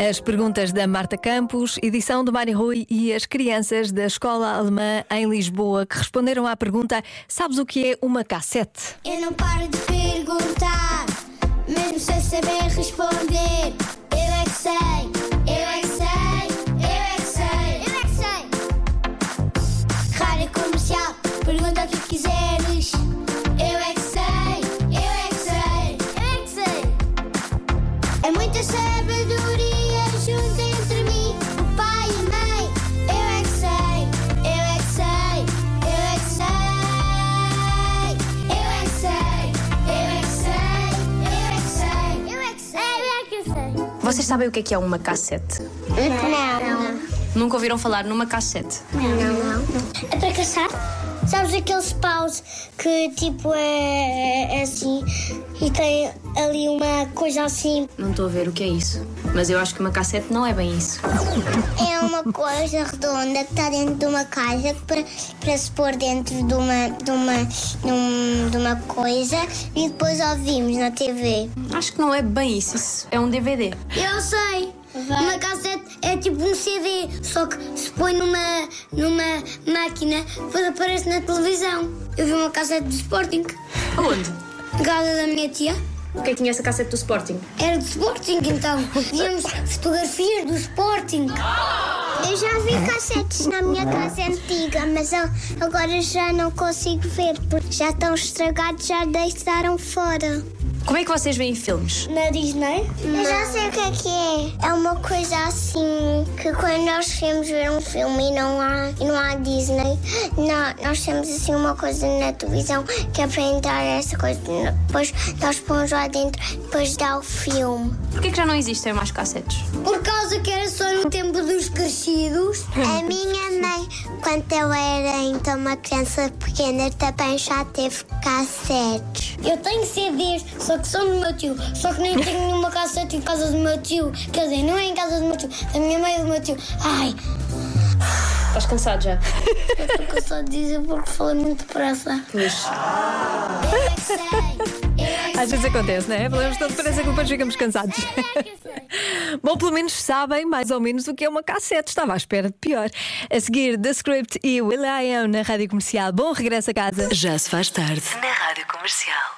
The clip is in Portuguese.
As perguntas da Marta Campos, edição do Mário Rui e as crianças da Escola Alemã em Lisboa que responderam à pergunta: Sabes o que é uma cassete? Eu não paro de perguntar, mesmo sem saber responder. Eu é que sei, eu é que sei, eu é que sei, eu é que sei. Rádio comercial, pergunta o que quiseres. Eu é que sei, eu é que sei, eu é que sei. É muita sabedoria junto entre mim, o pai e a mãe. Eu é que sei, eu é que sei, eu é que sei. Eu é que sei, eu é que sei, eu é que sei, eu é que sei, É eu é que sei. Vocês sabem o que é que é uma cassete? Não. Nunca ouviram falar numa cassete? Não, não. É para caçar? Sabes aqueles paus que tipo é, é assim e tem ali uma coisa assim? Não estou a ver o que é isso. Mas eu acho que uma cassete não é bem isso. É uma coisa redonda que está dentro de uma caixa para, para se pôr dentro de uma, de, uma, de, um- de uma coisa e depois ouvimos na TV. Acho que não é bem isso. Isso é um DVD. Eu sei! Uma cassete é tipo um CD, só que se põe numa, numa máquina, depois aparece na televisão. Eu vi uma cassete do Sporting. Aonde? Na casa da minha tia. O que é que tinha essa cassete do Sporting? Era do Sporting então. Víamos fotografias do Sporting. Eu já vi cassetes na minha casa antiga, mas eu- agora já não consigo ver porque já estão estragados, já deixaram fora. Como é que vocês veem filmes? Na Disney? Eu já sei o que é que é. É uma coisa assim que quando nós queremos ver um filme e não há, e não há Disney, nó- nós temos assim uma coisa na televisão que é para entrar essa coisa. Depois nós pomos lá dentro, depois dá o filme. Porquê que já não existem mais cassetes? Por causa que era só no tempo dos crescidos. A minha mãe, quando eu era então uma criança pequena, também já teve cassetes. Eu tenho CDs, só que são do meu tio. Só que nem tenho nenhuma cassete em casa do meu tio. Quer dizer, não é em casa do meu tio, da minha mãe e do meu tio. Ai, Estás cansado já? porque eu só dizer porque falei muito depressa. Pois. Eu é que sei. É, Eu é Às vezes acontece, não é? Falamos tão depressa que depois ficamos cansados. Bom, pelo menos sabem mais ou menos o que é uma cassete. Estava à espera de pior. A seguir, The Script e Will.i.am na Rádio Comercial. Bom regresso a casa. Já se faz tarde. Na Rádio Comercial.